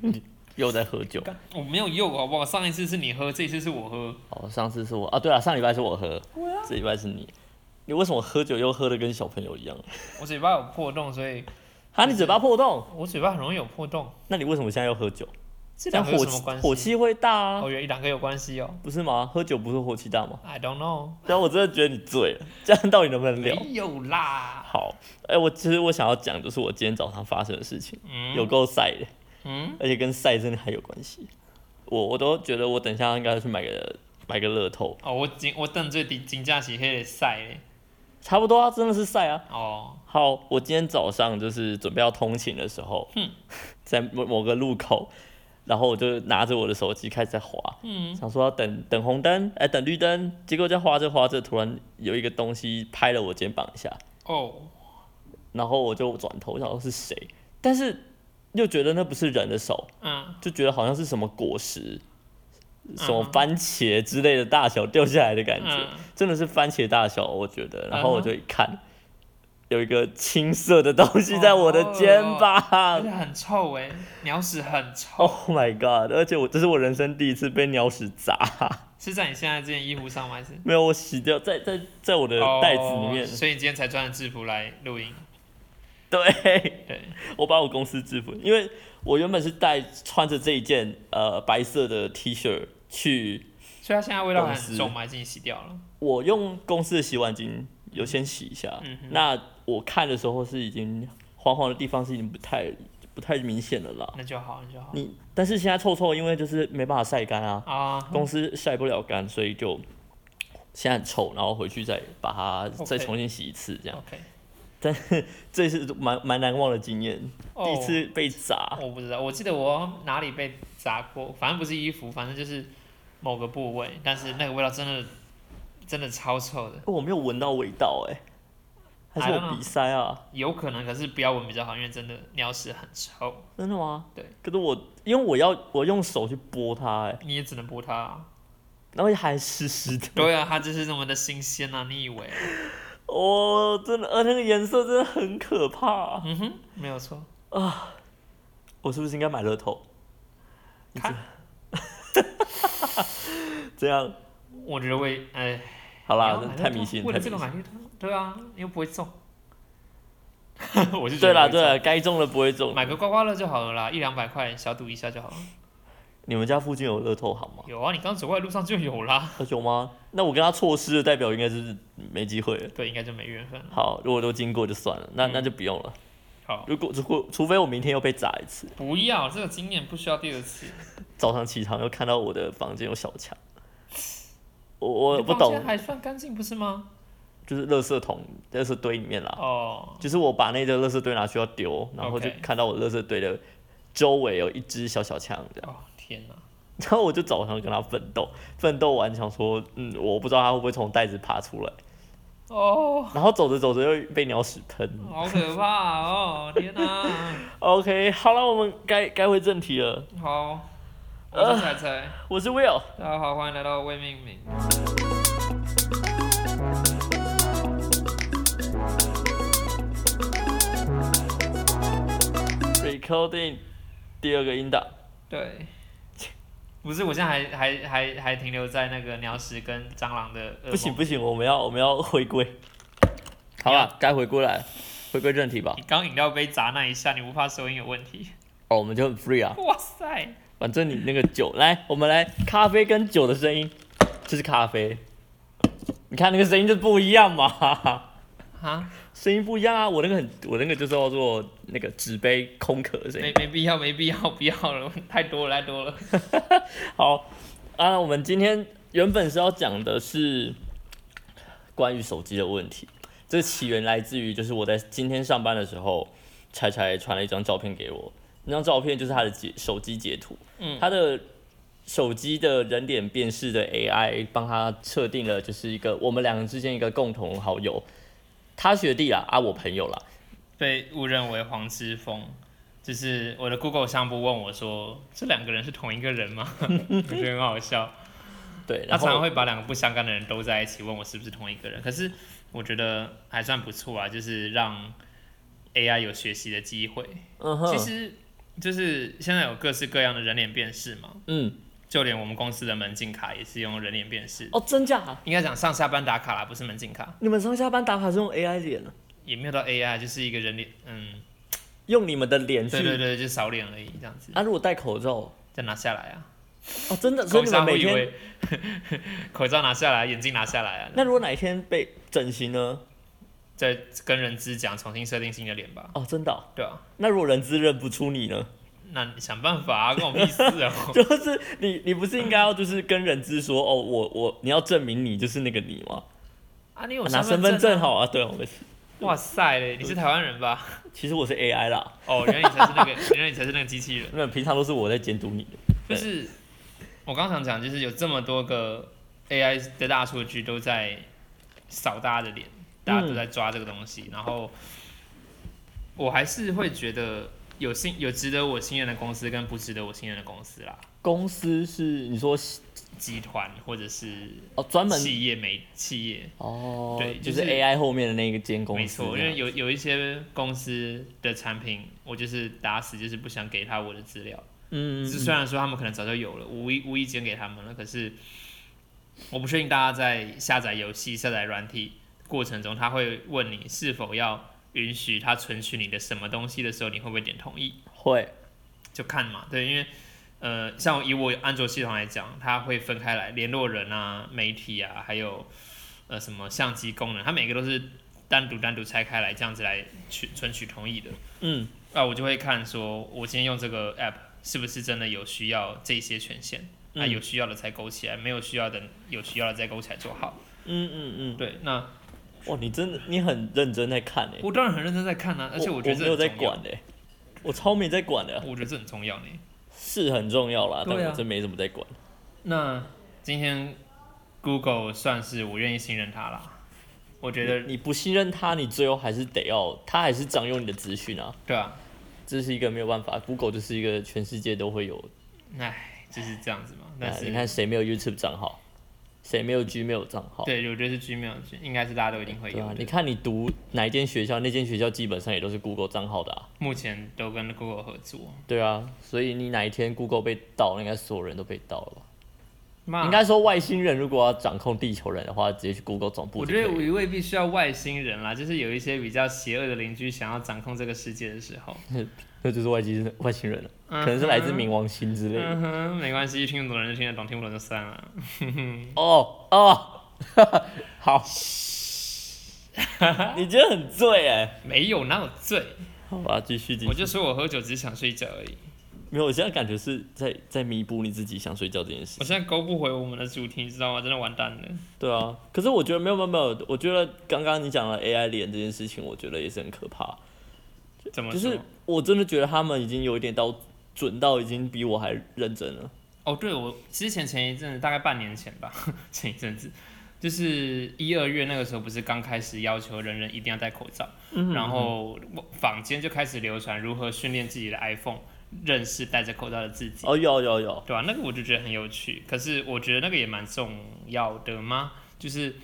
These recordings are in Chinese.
你又在喝酒。我没有用好不好？上一次是你喝，这一次是我喝。哦，上次是我啊，对啊，上礼拜是我喝，这礼拜是你。你为什么喝酒又喝的跟小朋友一样？我嘴巴有破洞，所以哈，你嘴巴破洞，我嘴巴很容易有破洞。那你为什么现在要喝酒？这这样两个有火什么气关火系？气会大啊我，觉得两个有关系哦。不是吗？喝酒不是火气大吗？ I don't know，但我真的觉得你醉了，这样到底能不能聊？没有啦。好，哎、我其实我想要讲就是我今天早上发生的事情，嗯有够晒的，嗯，而且跟晒真的还有关系。我我都觉得我等一下应该去买个买个乐透，哦，我今我等最低金价是黑的赛嘞。差不多啊，真的是晒啊。哦，好，我今天早上就是准备要通勤的时候，嗯 在某某个路口，然后我就拿着我的手机开始在滑，嗯，想说要等等红灯，哎、等绿灯，结果在滑着滑着，突然有一个东西拍了我肩膀一下，哦，然后我就转头想说是谁，但是又觉得那不是人的手，嗯，就觉得好像是什么果实，什么嗯哼番茄之类的大小掉下来的感觉，嗯真的是番茄大小，我觉得。然后我嗯哼就一看，有一个青色的东西在我的肩而膀。且很臭哎，鸟屎很臭， Oh my god！而且我这是我人生第一次被鸟屎砸， 是在你现在这件衣服上吗？还是？没有我洗掉，在在在我的袋子里面哦。所以你今天才穿着制服来录音。对，对，我把我公司制服，因为我原本是带穿着这一件呃白色的 T 恤去，所以它现在味道公很司重嘛，已经洗掉了。我用公司的洗碗巾有先洗一下。嗯哼，那我看的时候是已经黄黄的地方是已经不太不太明显了啦。那就好，那就好。你但是现在臭臭，因为就是没办法晒干啊，啊，公司晒不了干，所以就现在很臭，然后回去再把它 OK 再重新洗一次，这样 OK，这是蛮蛮难忘的经验，哦第一次被砸。我不知道，我记得我哪里被砸过，反正不是衣服，反正就是某个部位，但是那个味道真的真的超臭的，哦我没有闻到味道哎、还 I 是 don't 我 know 鼻塞啊？有可能可是不要闻比较好，因为真的鸟屎很臭，真的吗？对。可是我因为我要我用手去拨它哎、你也只能拨它、啊。然后还湿湿 的，对啊，它就是那么的新鲜啊，你以为？哦，真的，呃，那个颜色真的很可怕、嗯哼，没有错。我是不是应该买乐透？看， 这样我觉得味，哎，好你啦要，买太乐迷透信，为太了这迷个信。买绿灯，对啊，又不 会中。我是觉对得啦，不会对啦，该中了不会中中。买个刮刮乐就好了啦，一两百块小赌一下就好了。你们家附近有乐透好吗？啊有啊，你刚走过来路上就有啦。有吗？那我跟他错失的代表应该就是没机会了。对，应该就没缘分了。好，如果都经过就算了，那嗯那就不用了。好，如果如果除非我明天又被砸一次，不要这个经验不需要第二次。早上起床又看到我的房间有小强，我我你不房懂间，还算干净不是吗？就是垃圾桶、垃圾堆里面啦，哦，就是我把那个垃圾堆拿去要丢，然后就 OK 看到我垃圾堆的周围有一只小小强这样。哦天哪，然后我就早上跟他奋斗，奋斗完想说，嗯，我不知道他会不会从袋子爬出来，哦，然后走着走着又被鸟屎喷。好可怕哦，天哪， OK，好了，我们该该回正题了。好，我是彩彩，我是 Will，大家好，欢迎来到未命名。 recording 第二个音档。对， 不是，我现在还还还还停留在那个鸟屎跟蟑螂的噩梦不行不行，我们要我们要回归。好了，该回归来，回归正题吧你。刚饮料杯砸那一下，你不怕收音有问题？哦，我们就很 free 啊，哇塞！反正你那个酒，来，我们来咖啡跟酒的声音，这是咖啡。你看那个声音就不一样嘛。啊，声音不一样啊！我那个很，我那个就叫做那个纸杯空壳的声没音。没必要，没必要，不要了，太多了，太多了。好，啊，我们今天原本是要讲的是关于手机的问题，这起源来自于就是我在今天上班的时候，柴柴传了一张照片给我，那张照片就是他的截手机截图，嗯他的。手机的人脸辨识的 AI 帮他设定了，就是一个我们两个之间一个共同好友，他学弟啦，啊我朋友啦，被误认为黄之锋，就是我的 Google 相簿问我说：“这两个人是同一个人吗？” 我觉得很好笑。对，他然后常常会把两个不相干的人都在一起，问我是不是同一个人。可是我觉得还算不错啊，就是让 AI 有学习的机会。嗯哼，其实就是现在有各式各样的人脸辨识嘛，嗯，就连我们公司的门禁卡也是用人脸辨识。哦，真假？应该讲上下班打卡啦，不是门禁卡，你们上下班打卡是用 AI 脸啊，也没有到 AI，就是一个人脸，嗯，用你们的脸去。对对对，就扫脸而已，这样子，啊，如果戴口罩，再拿下来啊。哦，真的，所口以你们罩每会以天，为 口罩拿下来，眼镜拿下来啊，那如果哪一天被整形呢？再跟人资讲重新设定新的脸吧。哦，真的哦、对啊，那如果人资认不出你呢？ 那你想办法 啊，跟我屁事哦。就是你，你不是应该要就是跟人资说，哦，我我你要证明你就是那个你吗？啊，你有啊拿身份份证啊？好啊，对，我们哇塞嘞，你是台湾人吧？其实我是 AI 啦，哦，原来你才是那 个，原来你才是那个机器人。那平常都是我在监督你的。就对是我刚想讲，就是有这么多个 AI 的大数据都在扫大家的脸，大家都在抓这个东西，然后我还是会觉得有信有值得我信任的公司跟不值得我信任的公司啦，公司是你说集团或者是哦，专门企业媒企业，哦，对就就是是 AI 后面的那个监公司，没错，因为有有一些公司的产品，我就是打死就是不想给他我的资料。嗯，是虽然说他们可能早就有了，无意无意间给他们了，可是我不确定大家在下载游戏、下载软体过程中，他会问你是否要允许他存取你的什么东西的时候，你会不会点同意？会就看嘛，对，因为呃，像以我安卓系统来讲，它会分开来，联络人啊、媒体啊，还有呃什么相机功能，它每个都是单独单独拆开来，这样子来取存取同意的。嗯那我就会看说，我今天用这个 app 是不是真的有需要这些权限？那、嗯有需要的才勾起来，没有需要的有需要的再勾起来就好。嗯嗯嗯，对，那哇，你真的你很认真在看诶，我当然很认真在看啊呢、而且我觉得没这有很在重要管诶，我超没在管的啊，我觉得这很重要呢。是很重要啦，但对啊我真没怎么在管。那今天 Google 算是我愿意信任它啦，我觉得你不信任他，你最后还是得要，他还是掌用你的资讯啊，对啊，这是一个没有办法，Google 就是一个全世界都会有唉，就是这样子嘛。但哎是、你看谁没有 YouTube 账号，谁没有 Gmail 账号？对，我觉得是 Gmail 应该是大家都一定会对有啊，的。你看你读哪一间学校，那间学校基本上也都是 Google 账号的啊。目前都跟 Google 合作，对啊，所以你哪一天 Google 被盗，应该所有人都被盗了吧？那应该说外星人如果要掌控地球人的话，直接去 Google 总部我就觉可以得了。我也未必需要外星人啦，就是有一些比较邪恶的邻居想要掌控这个世界的时候，那就是外星人外星人了，嗯可能是来自冥王星之类的。嗯哼，没关系，听得懂人就听得懂，听不懂就算了。 哦 哦， 好，你觉得很醉哎？没有哪有醉，好吧，继续继我续。就说我喝酒只是想睡觉而已。没有，我现在感觉是在在弥补你自己想睡觉这件事我。现在勾不回我们的主题，你知道吗？真的完蛋了。对啊，可是我觉得没有没有没有，我觉得刚刚你讲了 AI 脸这件事情，我觉得也是很可怕。怎么就说？是我真的觉得他们已经有一点到准到已经比我还认真了。哦，对，我之前前一阵子，大概半年前吧， 前一阵子，就是一二月那个时候，不是刚开始要求人人一定要戴口罩，嗯然后坊间就开始流传如何训练自己的 iPhone 认识戴着口罩的自己，哦，有有有，对吧、啊那个我就觉得很有趣，可是我觉得那个也蛮重要的吗？就是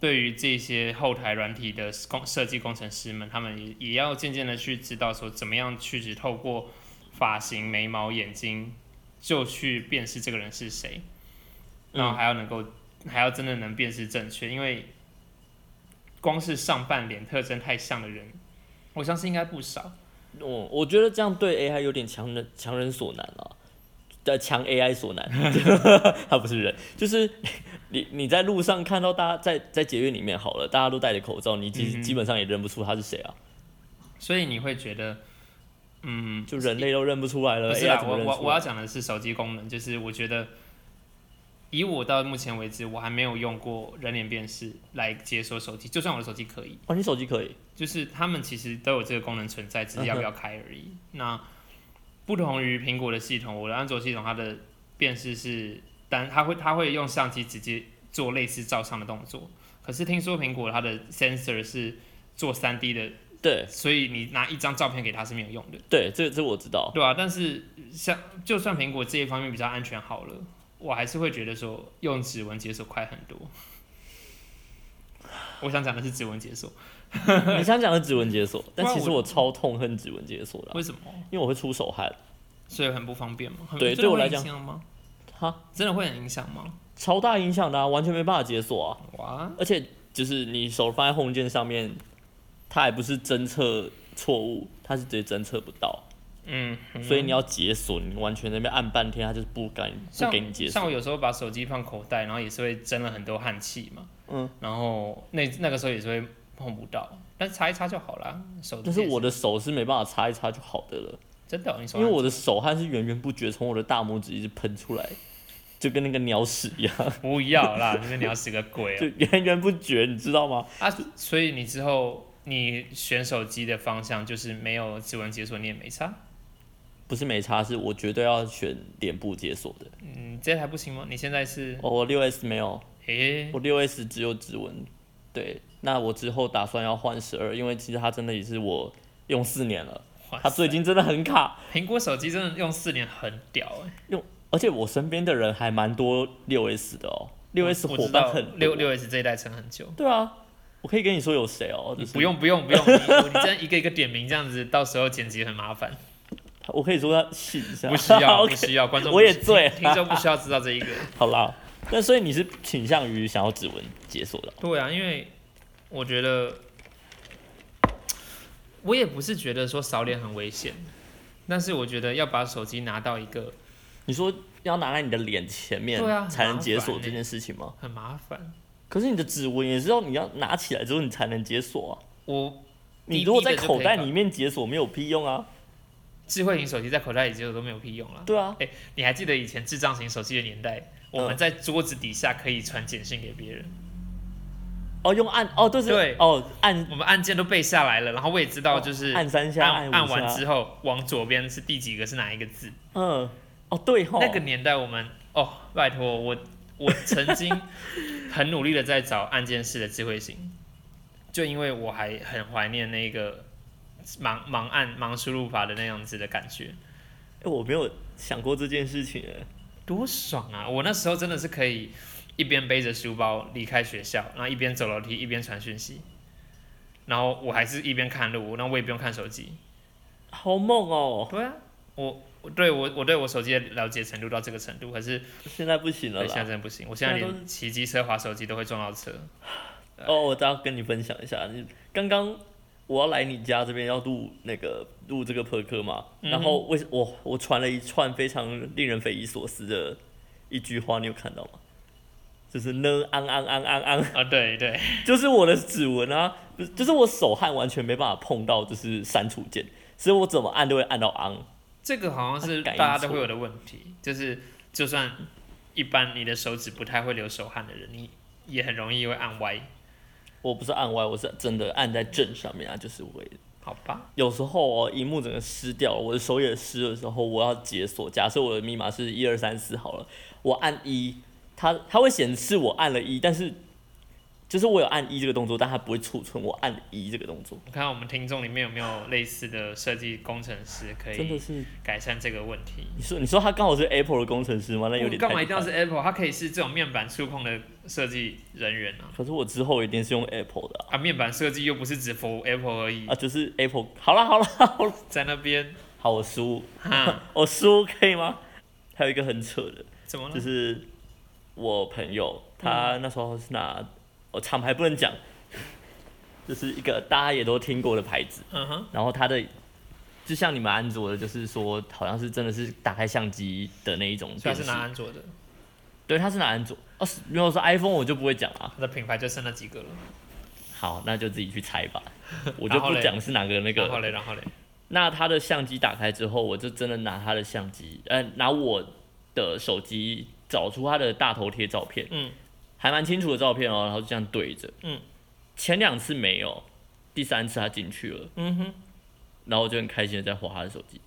对于这些后台软体的工设计工程师们，他们也也要渐渐的去知道说，怎么样去只透过发型、眉毛、眼睛就去辨识这个人是谁，然后嗯，还要能够、还要真的能辨识正确，因为光是上半脸特征太像的人，我相信应该不少。我嗯我觉得这样对 AI 有点强人强人所难了、啊。的强 AI 所难， 他不是人，就是 你你在路上看到大家在在捷运里面好了，大家都戴着口罩，你嗯基哼基本上也认不出他是谁啊，所以你会觉得，嗯，就人类都认不出来了不是啦，AI，怎我么认啊我出我要来？讲的是手机功能，就是我觉得，以我到目前为止，我还没有用过人脸辨识来解锁手机，就算我的手机可以，哦，你手机可以，就是他们其实都有这个功能存在，只是要不要开而已。那不同于苹果的系统，我的安卓系统它的辨识是单，它会它会用相机直接做类似照相的动作，可是听说苹果它的 sensor 是做3 D 的，对所以你拿一张照片给它是没有用的。对，这这我知 道，对啊，但是像就算苹果这一方面比较安全好了，我还是会觉得说用指纹解锁快很多。我想讲的是指纹解锁，你想讲的指纹解锁，但不然其实我我超痛恨指纹解锁的啊、为什么？因为我会出手汗。所以很不方便嘛。很对真的对我会来影讲响吗？哈，真的会很影响吗？超大影响的、啊，完全没办法解锁啊。哇，而且就是你手放在 home 键上面，它还不是侦测错误，它是直接侦测不到，嗯，所以你要解锁，你完全在那边按半天，它就是不敢不像给你解像锁。我有时候把手机放口袋，然后也是会蒸了很多汗气嘛。嗯，然后那那个时候也是会碰不到，但是擦一擦就好啦。手但机是也我的手是没办法擦一擦就好的了，真的哦、你手因汗为我的手汗是源源不绝从我的大拇指一直喷出来，就跟那个鸟屎一样，不要啦，你们聊死个 鬼就哦、源源不绝，你知道吗？啊！所以你之后你选手机的方向就是没有指纹解锁，你也没差。不是没差，是我绝对要选脸部解锁的。嗯，这还不行吗？你现在是哦，我六 S 没有，诶、我六 S 只有指纹。对，那我之后打算要换十二，因为其实它真的也是我用四年了，哇它最近真的很卡。苹果手机真的用四年很屌哎、而且我身边的人还蛮多六 S 的哦，六 S 我伙知伴道很多六。六 S 这一代撑很久。对啊，我可以跟你说有谁哦，就是不，用不用 不用，你你这样一个一个点名，这样子到时候剪辑很 麻烦。我可以说他信一下。不需 要 OK 不需要，观众我也不需 醉听听众不需要知道这一个。好啦，那所以你是倾向于想要指纹解锁的？哦对啊，因为我觉得，我也不是觉得说扫脸很危险，但是我觉得要把手机拿到一个你说要拿在你的脸前面对啊才能解麻锁烦欸这件事情吗？很麻烦。可是你的指纹也是要你要拿起来之后你才能解锁啊。我你如果在滴滴的就口可以袋搞里面解锁没有屁用啊。智慧型手机在口袋里其实都没有屁用了。对啊，哎、你还记得以前智障型手机的年代，我们嗯在桌子底下可以传简讯给别人，哦用按哦对对哦按我们按键都背下来了，然后我也知道就是哦按三下按按五完下之后往左边是第几个是哪一个字。嗯哦对吼那个年代我们哦，拜托我，我曾经很努力的在找按键式的智慧型， 就因为我还很怀念那个盲盲按盲输入法的那样子的感觉，哎我没有想过这件事情哎。多爽啊！我那时候真的是可以一边背着书包离开学校，然后一边走楼梯一边传讯息，然后我还是一边看路，那我也不用看手机。好梦哦，对啊，我我对我我对我手机的了解程度到这个程度，可是现在不行了啊对，现在啦。真的不行，我现在现在都连骑机车、滑手机都会撞到车。哦，我再跟你分享一下，你刚刚我要来你家这边要录那个录这个播客嘛，嗯然后为我我传了一串非常令人匪夷所思的一句话，你有看到吗？就是呢，安安安安安。啊，对对，就是我的指纹啊，不是就是我手汗完全没办法碰到，就是删除键，所以我怎么按都会按到昂。这个好像是啊它感应大家都错会有的问题，就是就算一般你的手指不太会流手汗的人，你也很容易会按歪，我不是按歪，我是真的按在正上面啊，就是我好吧？有时候哦，荧幕整个湿掉了，我的手也湿的时候，我要解锁。假设我的密码是一二三四好了，我按一，它它会显示我按了一，但是就是我有按一这个动作，但它不会储存我按一这个动作，我看看我们听众里面有没有类似的设计工程师可真的以是改善这个问题。你说你说他刚好是 Apple 的工程师吗？那有我点干太嘛厉一定要害是 Apple？它可以是这种面板触控的设计人员啊。可是我之后一定是用 Apple 的啊。啊，面板设计又不是只 for Apple 而已啊，，就是 Apple。好了好了好了，在那边好，我输，哈，我输可以吗？还有一个很扯的，怎么 了？就是我朋友他嗯那时候是拿，我厂牌不能讲， 就是一个大家也都听过的牌子，嗯哼，然后他的。就像你们安卓的，就是说，好像是真的是打开相机的那一种所电以它视是，拿安卓的，对，他是拿安卓。哦，是如果说 iPhone 我就不会讲啊，它的品牌就剩那几个了。好，那就自己去猜 吧，我就然后不嘞讲是哪个那个。然后嘞，然后嘞，那他的相机打开之后，我就真的拿他的相机，呃，拿我的手机找出他的大头贴照片，嗯，还蛮清楚的照片哦，然后就这样对着，嗯，前两次没有，第三次他进去了，嗯哼，然后我就很开心的在划他的手机，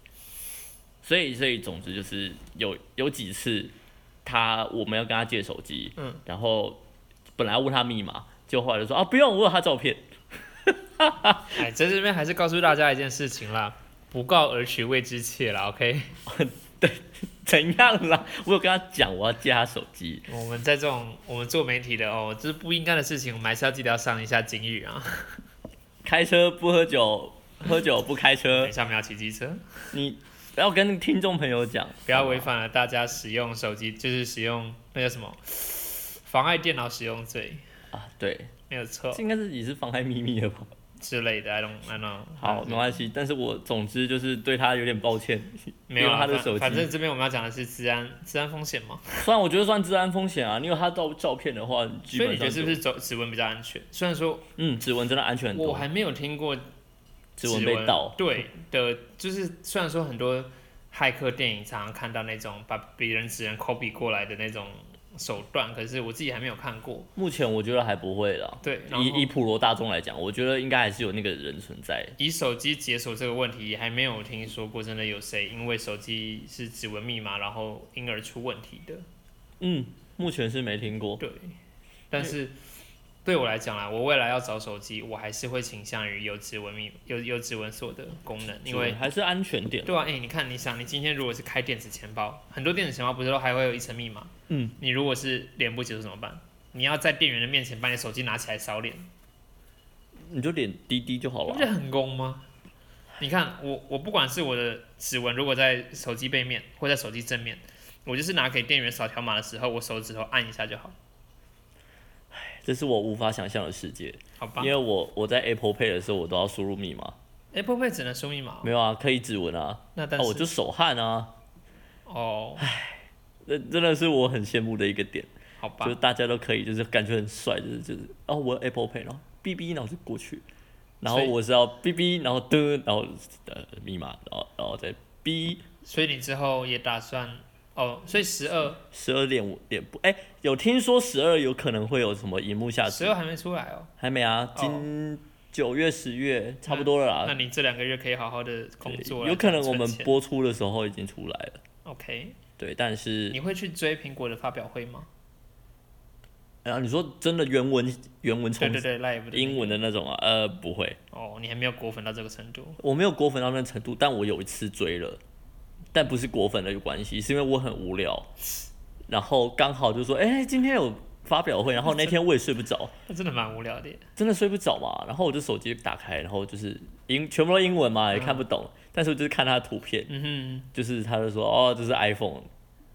所以所以总之就是有有几次他我们要跟他借手机，嗯，然后本来要问他密码，就后来就说啊不用，我有他照片， 哎，在这边还是告诉大家一件事情啦，不告而取未知切啦，OK？怎样啦？我有跟他讲我要借他手机，我们在这种我们做媒体的哦，这是不应该的事情，我们还是要记得要上一下警语啊。开车不喝酒，喝酒不开等车一。下我们要骑机车，你要跟听众朋友讲，不要违反了大家使用手机，就是使用那叫什么妨碍电脑使用罪，啊！对，没有错这应该是也是妨碍秘密的吧？之类的。I don't I don't know。好，没关系。但是我总之就是对他有点抱歉。没有用啦他的反手机反正这边我们要讲的是治安治安风险嘛，虽然我觉得算治安风险啊，你有他照照片的话，基所以本你觉上就得是不是走指纹比较安全？虽然说嗯，指纹真的安全很我多，还没有听过指纹被盗，对的，就是虽然说很多骇客电影常常看到那种把别人指纹 copy 过来的那种手段，可是我自己还没有看过。目前我觉得还不会啦。对，然后以以普罗大众来讲，我觉得应该还是有那个人存在。以手机解锁这个问题，还没有听说过真的有谁因为手机是指纹密码，然后因而出问题的。嗯，目前是没听过。对，但是对我来讲啦，我未来要找手机，我还是会倾向于有指纹密有有指纹锁的功能，因指为纹还是安全点。对啊，哎、你看，你想，你今天如果是开电子钱包，很多电子钱包不是都还会有一层密码？嗯，你如果是脸部解锁怎么办？你要在店员的面前把你手机拿起来扫脸，你就点滴滴就好你了不觉。得很攻吗？你看，我我不管是我的指纹，如果在手机背面或在手机正面，我就是拿给店员扫条码的时候，我手指头按一下就好，这是我无法想象的世界，好吧因为我我在 Apple Pay 的时候，我都要输入密码。 ？Apple Pay 只能输密码哦，没有啊，可以指纹啊，那哦但啊是、我就手汗啊，哦，这真的是我很羡慕的一个点，好就吧是，大家都可以，就是感觉很帅，就是就是哦，我有 Apple Pay，然后哔哔，然后就过去，然后所以我是要哔哔，然后噔，然后呃密码，然后然后再哔所以你之后也打算哦，所以十二十二点五点不，哎，有听说十二有可能会有什么荧幕下十指二还没出来哦。还没啊，今九月十月差不多了啦那，你这两个月可以好好的工对作，有可能我们存钱播出的时候已经出来了， OK，对，但是你会去追苹果的发表会吗？然后啊你说真的原文原文对冲对对，Live 的英文的那种啊，呃，不会，哦，你还没有果粉到这个程度。我没有果粉到那程度，但我有一次追了，但不是果粉的关系，是因为我很无聊，然后刚好就说，哎、今天有发表会，然后那天我也睡不着，那真的蛮无聊的耶，真的睡不着嘛，然后我就手机打开，然后就是英全部都英文嘛，也看不懂，但是我就是看他的图片，嗯就是他就说，哦，这是 iPhone，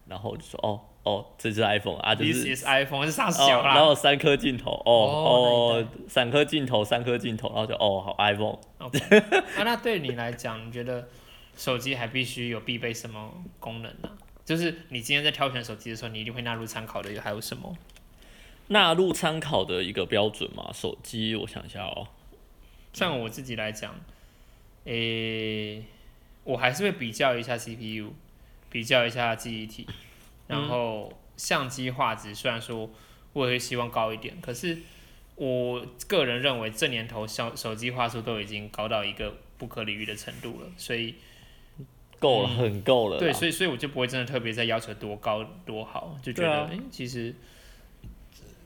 然后我就说，哦哦，这是 iPhone 啊，哼就嗯，This 是。 is iPhone 是啥哦小，然后啦有三颗镜头，哦哦那哦，三颗镜头，三颗镜头，然后就哦，好 iPhone， ？OK，啊，那对你来讲，你觉得手机还必须有必备什么功能呢、就是你今天在挑选手机的时候，你一定会纳入参考的，有还有什么？纳入参考的一个标准嘛。手机，我想一下哦，像我自己来讲，诶、我还是会比较一下 CPU，比较一下记忆体，然嗯后相机画质虽然说我也会希望高一点，可是我个人认为这年头小手机画素都已经高到一个不可理喻的程度了，所以够了，很够了。嗯对，，所以所以我就不会真的特别再要求多高多好，就觉得对诶、啊其实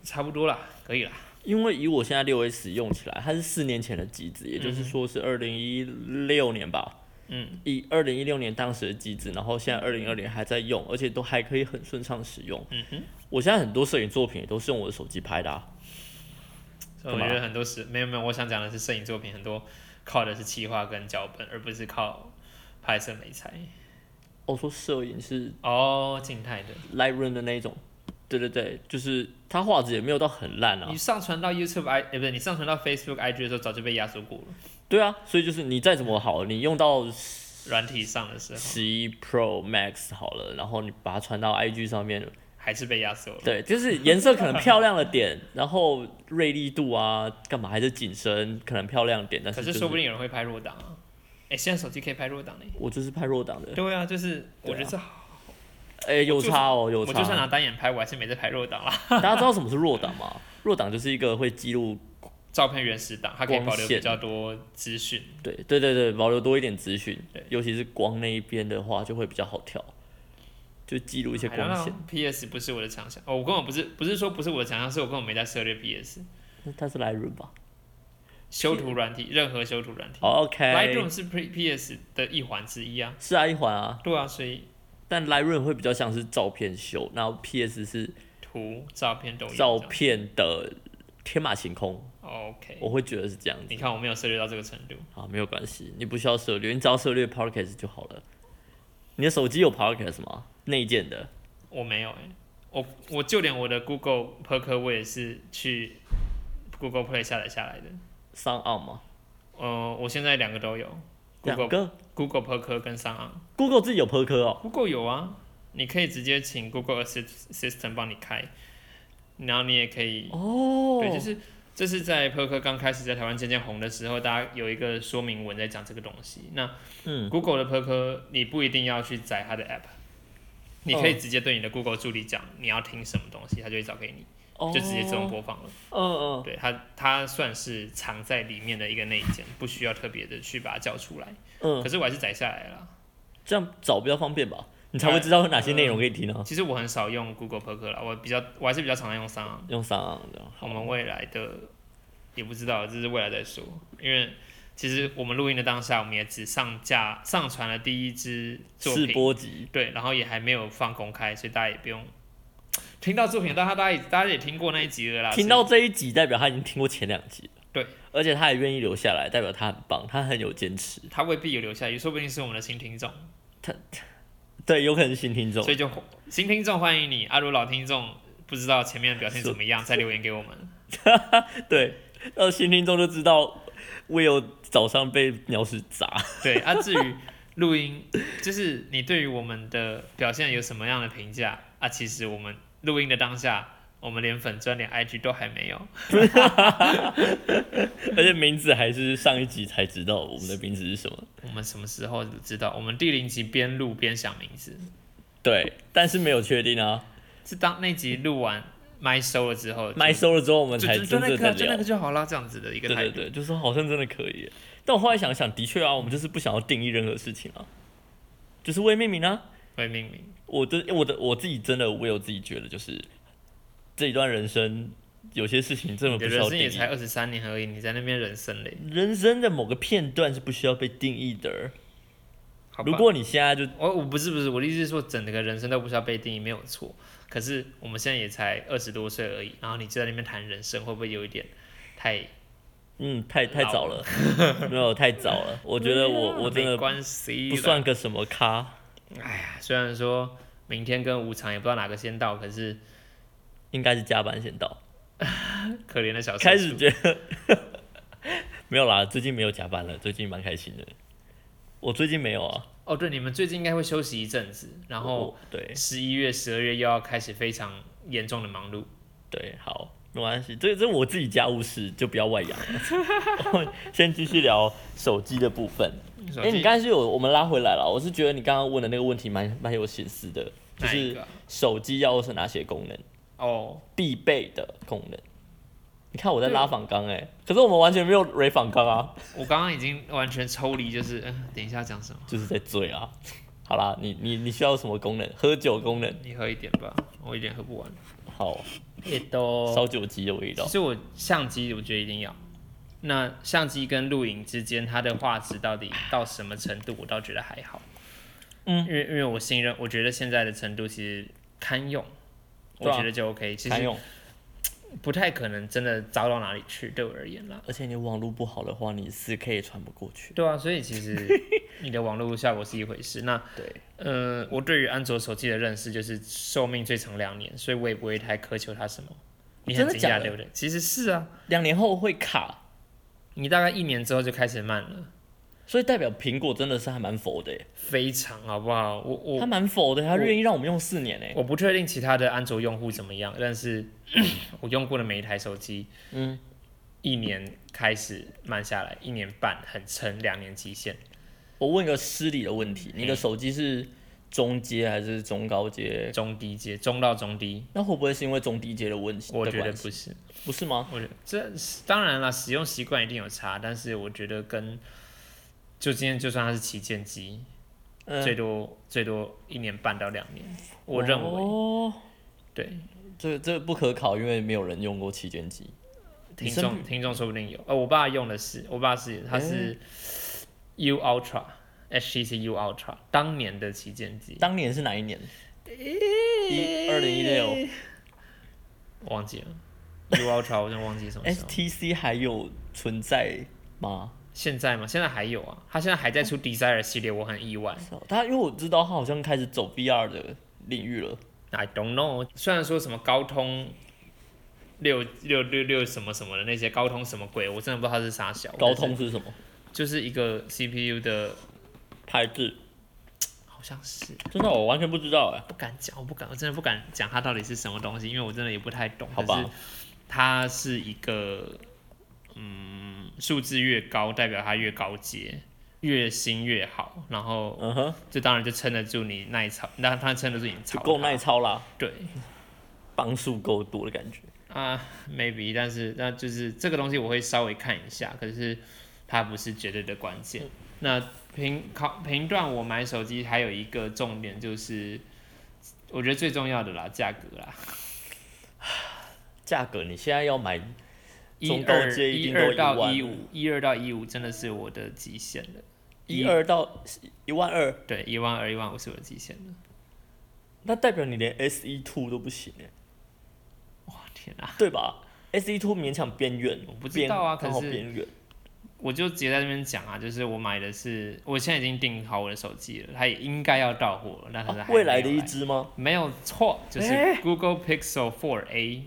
差不多啦，可以啦，因为以我现在六 S 用起来，它是四年前的机子，也就是说是二零一六年吧。嗯，以二零一六年当时的机子，然后现在二零二零还在用，而且都还可以很顺畅使用。嗯哼。我现在很多摄影作品也都是用我的手机拍的、啊，所以干我嘛觉得很多时没有没有，我想讲的是摄影作品很多靠的是企划跟脚本，而不是靠拍摄美材。我哦说摄影是哦，静态的， Lightroom 的那一种，对对对，就是它画质也没有到很烂啊你。上传到 YouTube I，哎、不是你上传到 Facebook IG 的时候，早就被压缩过了。对啊，所以就是你再怎么好，你用到软体上的时候十一 Pro Max 好了，然后你把它传到 IG 上面，还是被压缩了。对，就是颜色可能漂亮了点，然后锐利度啊，干嘛还是景深可能漂亮点，但可是、就是说不定有人会拍弱档啊。哎、现在手机可以拍弱档嘞。我就是拍弱档的，对啊，就是我对啊觉得这、哎、有差哦，有我就算差。拿单眼拍，我还是没在拍弱档啦。大家知道什么是弱档吗？弱档就是一个会记录，照片原始档，它可以保留光线比较多资讯。对对对对，保留多一点资讯对，尤其是光那一边的话就会比较好调，就记录一些光线。。 PS 不是我的强项，哦，我根本不是，不是说不是我的强项，是我根本没在涉猎 PS。那它是 Lightroom 吧修图软体，任何修图软体。哦？OK， Lightroom 是 P P S 的一环之一啊。是啊一环啊，对啊，所以但 Lightroom 会比较像是照片修，然后 PS 是图、照片都有。照。片哦的天马行空， OK，我会觉得是这样子你看我没有涉猎到这个程度。啊，没有关系，你不需要涉猎，你只要涉猎 Podcast 就好了。你的手机有 Podcast 吗？内建的我没有哎、我我就连我的 Google Poker 我也是去 Google Play 下载下来的。 Sound On 吗？呃，我现在两个都有两，Google 个 Google Poker 跟上岸。 Google 自己有 Podcast 哦。 Google 有啊，你可以直接请 Google Assist- Assistant 帮你开，然后你也可以哦，对，就是这是在 Poker 刚开始在台湾渐渐红的时候，大家有一个说明文在讲这个东西。那嗯 Google 的 Poker 你不一定要去载它的 App，你可以直接对你的 Google 助理讲你要听什么东西，它就会找给你，就直接自动播。播放了。哦嗯嗯，对它，它算是藏在里面的一个内建，不需要特别的去把它叫出来。嗯可是我还是载下来了。这样找比较方便吧？你哎才会知道有哪嗯些内容可以听啊。其实我很少用 Google Poker 啦，我比较我还是比较常用三昂。用 Sound On 这样。我们未来的也不知道，这是未来再说。因为其实我们录音的当下，我们也只上架上传了第一支作试品，播集，对，然后也还没有放公开，所以大家也不用听到作品，大家大家也大家也听过那一集了啦。听到这一集代表他已经听过前两集了。对，而且他也愿意留下来，代表他很棒，他很有坚持。 所以他未必有留下，也说不定是我们的新听众，对，有可能是新听众所。以就新听众欢迎你。阿、啊、如老听众不知道前面的表现怎么样，再留言给我们。对，呃，新听众就知道 Will 早上被鸟屎 砸。对啊，至于录音，就是你对于我们的表现有什么样的评价啊？其实我们录音的当下，我们连粉专、连 IG 都还没有。而且名字还是上一集才知道我们的名字是什么。我们什么时候知道？我们第零集边录边想名字，对，但是没有确定啊。是当那集录完麦收了之后，麦就收了之后，我们就才就就真那正个的就那聊个。就好了，这样子的一个对态对度。对，就说好像真的可以耶。但我后来想想，的确啊，我们就是不想要定义任何事情啊，就是未命名啊。会命名，我的我的我自己真的，我有自己觉得，就是这一段人生有些事情真的你的不需人要定生也才义。二十三年而已，你在那边人生嘞？人生的某个片段是不需要被定义的。好吧如果你现在就我我不是不是，我的意思是说，整个人生都不需要被定义，没有错。可是我们现在也才二十多岁而已，然后你就在那边谈人生，会不会有一点太？嗯，太太老早 了，没有太早了。我觉得我我真没的关系不啦算。个什么咖，哎呀，虽然说明天跟无常也不知道哪个先到，可是应该是加班先到。可怜的小社畜开始觉得 没有啦，最近没有加班了，最近蛮开心的。我最近没有啊，哦，对，你们最近应该会休息一阵子，然后我对十一月、十二月又要开始非常严重的忙碌。对，好，没关系，这这我自己家务事，就不要外扬 了。先继续聊手机的部分。哎哎、你刚才是有我们拉回来了，我是觉得你刚刚问的那个问题蛮蛮有心思的，就哪一是个啊？手机要是哪些功能？哦，必备的功能。你看我在啊拉仿纲哎，可是我们完全没有蕊仿纲啊，我刚刚已经完全抽离，就是嗯，等一下要讲什么？就是在醉啊。好啦，你你你需要什么功能？喝酒功能，你喝一点吧，我一点喝不完。好，也都烧酒鸡的味道其。实我相机我觉得一定要。那相机跟录影之间，它的画质到底到什么程度，我倒觉得还好。嗯因为因为我信任，我觉得现在的程度其实堪用，我对啊觉得就 OK、其堪实用，不太可能真的糟到哪里去，对我而言啦。而且你网络不好的话，你四 K 也传不过去。对啊，所以 其实你的网络效果是一回事。那对，呃，我对于安卓手机的认识就是寿命最长两年，所以我也不会太苛求它什么。你很真的惊假讶的对不对？其实是啊，两年后会卡，你大概一年之后就开始慢了。所以代表苹果真的是还蛮佛的耶，非常好不好？我他我蛮佛的，他愿意让我们用四年哎。我不确定其他的安卓用户怎么样，但是 我用过的每一台手机，嗯，一年开始慢下来，一年半很撑，两年极限。我问个失礼的问题，你的手机是中阶还是中高阶？中低阶，中到中低，那会不会是因为中低阶的问题？我的觉得关系不是，不是吗？我觉得这是当然了，使用习惯一定有差，但是我觉得跟就今天就算它是旗舰机，嗯最多最多一年半到两年，我认为、哦，对。这这不可考，因为没有人用过旗舰机。你听身众听众说不定有，呃，我爸用的是，我爸是他是 U Ultra HTC U Ultra 当年的旗舰机，当年是哪一年？一二零一六我忘记了 U Ultra 我真的忘记什么时候， ，STC 还有存在吗？现在吗？现在还有啊，他现在还在出 Desire 系列，我很意外。是哦他因为我知道他好像开始走 VR 的领域了， I don't know，虽然说什么高通六六六六什么什么的那些高通什么鬼，我真的不知道它是啥小。高通是什么就是一个 CPU 的，牌子？好像是真的我完全不知道哎。不敢讲，我不敢，我真的不敢讲它到底是什么东西，因为我真的也不太懂。好吧可是它是一个，嗯，数字越高代表它越高阶，越新越好，然后嗯哼，这当然就撑得住你耐操，那它撑得住你操就它，够耐操啦，对。磅数够多的感觉。啊、m a y b e 但是那就是这个东西我会稍微看一下，可是它不是绝对的关键。那评考评断我买手机还有一个重点就是，我觉得最重要的啦，价格啦，价格你现在要买，一中高二阶一定都二一到万一五，一二到一五真的是我的极限了，一二到一万二，对，一万二一万五是我的极限了。那代表你连 SE Two 都不行哎，哇天啊！对 吧？SE Two 勉强边缘，我不知道啊边刚好可是边缘。我就直接在那边讲啊，就是我买的是，我现在已经订好我的手机了，它也应该要到货了，但是啊还没有未来的一只吗？没有错，就是欸 Google Pixel 4a。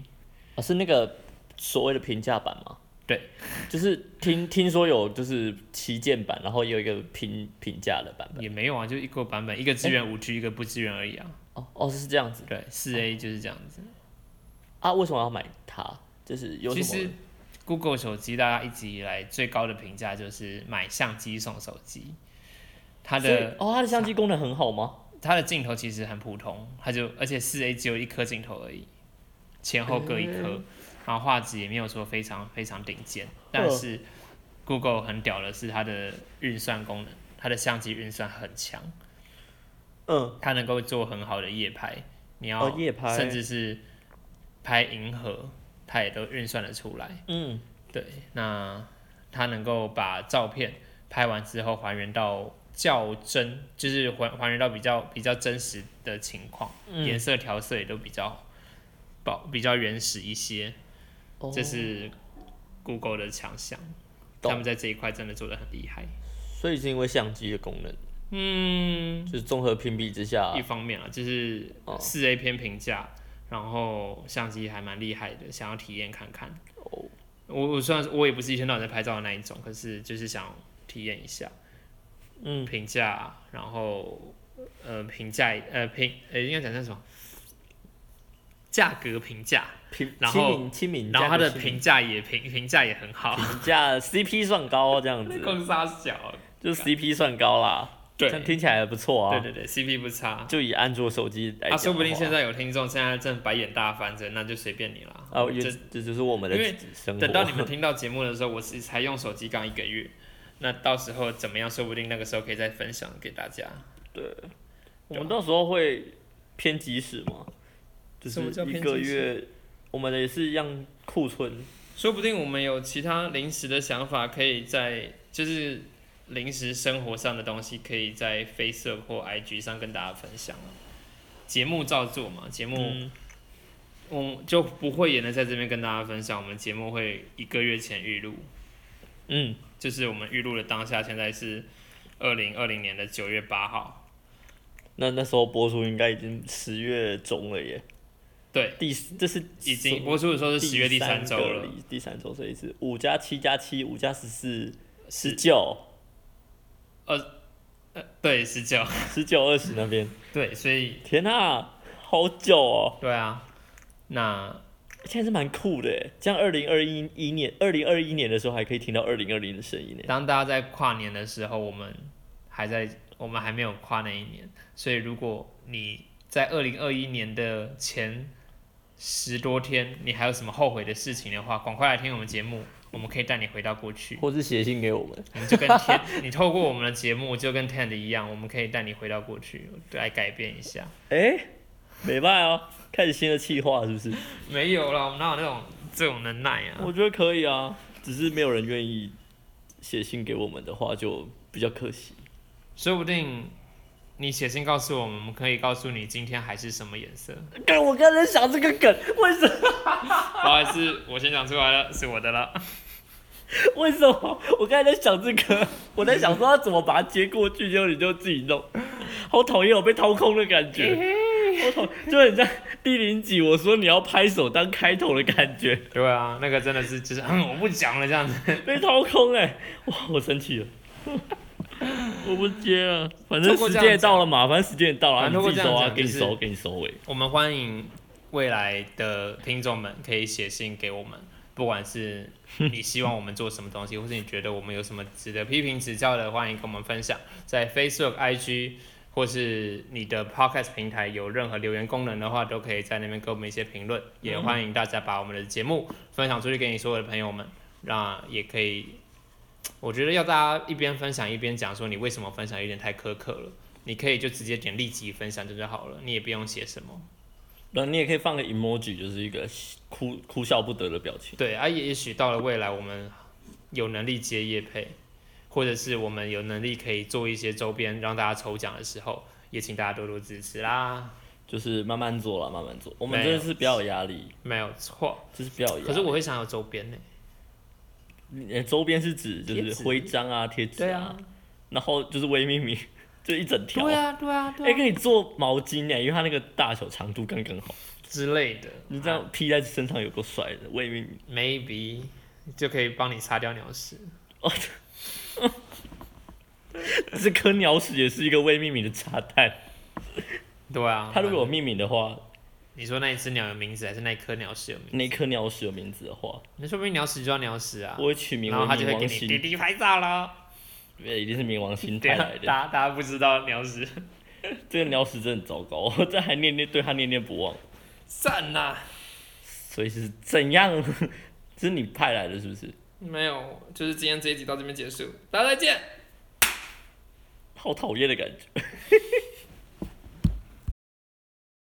啊，是那个所谓的平价版吗？对，就是 听听说有就是旗舰版，然后也有一个平平价的版本。也没有啊，就一个版本，一个支援五 G，、一个不支援而已啊。哦哦，是这样子对，四 A 就是这样子。啊？为什么要买它？就是有其什实么 Google 手机大家一直以来最高的评价就是买相机送手机，它所以的哦，它的相机功能很好吗？它的镜头其实很普通，它就而且四 A 只有一颗镜头而已，前后各一颗，嗯然后画质也没有说非常非常顶尖，但哦是 Google 很屌的是它的运算功能，它的相机运算很强。嗯，它能够做很好的夜拍，你要、哦夜拍甚至是拍银河，它也都运算得出来。嗯，对，那它能够把照片拍完之后还原到较真，就是还还原到比较比较真实的情况，嗯颜色调色也都比较保比较原始一些，哦这是 Google 的强项。懂他们在这一块真的做的很厉害，所以是因为相机的功能，嗯，就是综合评比之下一，方面啊，就是哦四 A 偏平价，然后相机还蛮厉害的，想要体验看看。哦我我虽然我也不是一天到晚在拍照的那一种，可是就是想体验一下嗯，平价，然后呃平价呃平呃应该讲叫什么？价格平价，评然亲后民亲民，然后它的价格亲民评价也评评价也很好，评价 CP 算高哦这样子，更杀小。就是 CP 算高啦，对这样听起来还不错对啊。对对，CP 不差。就以安卓手机来讲啊，的话，说不定现在有听众现在正白眼大翻着，那就随便你啦。啊，我也这这就是我们的因为生活。等到 嗯你们听到节目的时候，我是才用手机刚一个月，那到时候怎么样？说不定那个时候可以再分享给大家。 我们到时候会偏及时嘛，就是什么叫一偏个及时月，我们的也是一样库存。说不定我们有其他临时的想法，可以在就是临时生活上的东西，可以在 Facebook 或 IG 上跟大家分享啊节目照做嘛，节目、嗯，我就不会也能在这边跟大家分享。我们节目会一个月前预录，嗯，就是我们预录的当下，现在是二零二零年的九月八号，那那时候播出应该已经十月中了耶，对。第四这是已什经么播出的时候是十月第三三周个了，礼，第三周所以是五加七加七，五加十四，十九，呃，对，十九， 十九二十那边。对，所以天呐、好久哦，对啊，那现在是蛮酷的耶，这样二零二一一年，二零二一年的时候还可以听到二零二零的声音呢。当大家在跨年的时候，我们还在，我们还没有跨那一年，所以如果你在二零二一年的前十多天，你还有什么后悔的事情的话，赶快来听我们节目，我们可以带你回到过去，或是写信给我们，你就跟天，你透过我们的节目就跟 Tend 一样，我们可以带你回到过去，来改变一下。哎、没办哦，开始新的企划是不是？没有啦，我们哪有那种这种能耐啊？我觉得可以啊，只是没有人愿意写信给我们的话，就比较可惜。说不定你写信告诉我们，我们可以告诉你今天海是什么颜色。但我刚才想这个梗，为什么？不好意思，我先讲出来了，是我的了。 为什么？我刚才在想这个， 我在想说他怎么把它接过去，结果你就自己弄，好讨厌，我被掏空的感 觉，我讨，就很像第零集我说你要拍手当开头的感觉， 对啊，那个真的是就是，嗯，我不讲了这样子。被掏空哎、哇，我生气了。 我不接了，反正透过时这样间也到了嘛，反正时间也到了，反你正自己收啊，透过这给样你讲收，就是给你收尾。我们欢迎未来的听众们可以写信给我们，不管是你希望我们做什么东西，或是你觉得我们有什么值得批评指教的，欢迎跟我们分享。在 Facebook、IG 或是你的 Podcast 平台有任何留言功能的话，都可以在那边给我们一些评论。也欢迎大家把我们的节目分享出去给你所有的朋友们，那也可以。我觉得要大家一边分享一边讲说你为什么分享，有点太苛刻了。你可以就直接点立即分享这就好了，你也不用写什么。那你也可以放个 emoji，就是一个哭哭笑不得的表情。对啊，也也许到了未来，我们有能力接业配，或者是我们有能力可以做一些周边让大家抽奖的时候，也请大家多多支持啦，就是慢慢做了，慢慢做。我们没真有的是比较有压力，没有错。就是比较有压力。可是我会想有周边呢、你的呃周边是指就贴是纸徽章啊、贴纸啊，，然后就是微秘密，就一整条。对啊，对啊，哎、对啊、给你做毛巾哎、因为它那个大小长度刚刚好，之类的。哎啊你这样披在身上有够帅的。微秘密， m a y b e 就可以帮你擦掉鸟屎。这颗鸟屎也是一个微秘密的炸弹。啊对啊，它如果有命名的话，你说那一只鸟有名字，还是那一颗鸟屎有名字？那颗鸟屎有名字的话，那说不定鸟屎就叫鸟屎啊。我会取名然后他为就冥会给王你滴星，滴拍照啦。对，一定是冥王星对派啊来，的。大家大家不知道鸟屎， 这个鸟屎真的很糟糕， 我这还念念对它念念不忘，赞呐、所以是怎样？ 这是你派来的是不是？没有，就是今天这一集到这边结束，大家再见。好讨厌的感觉。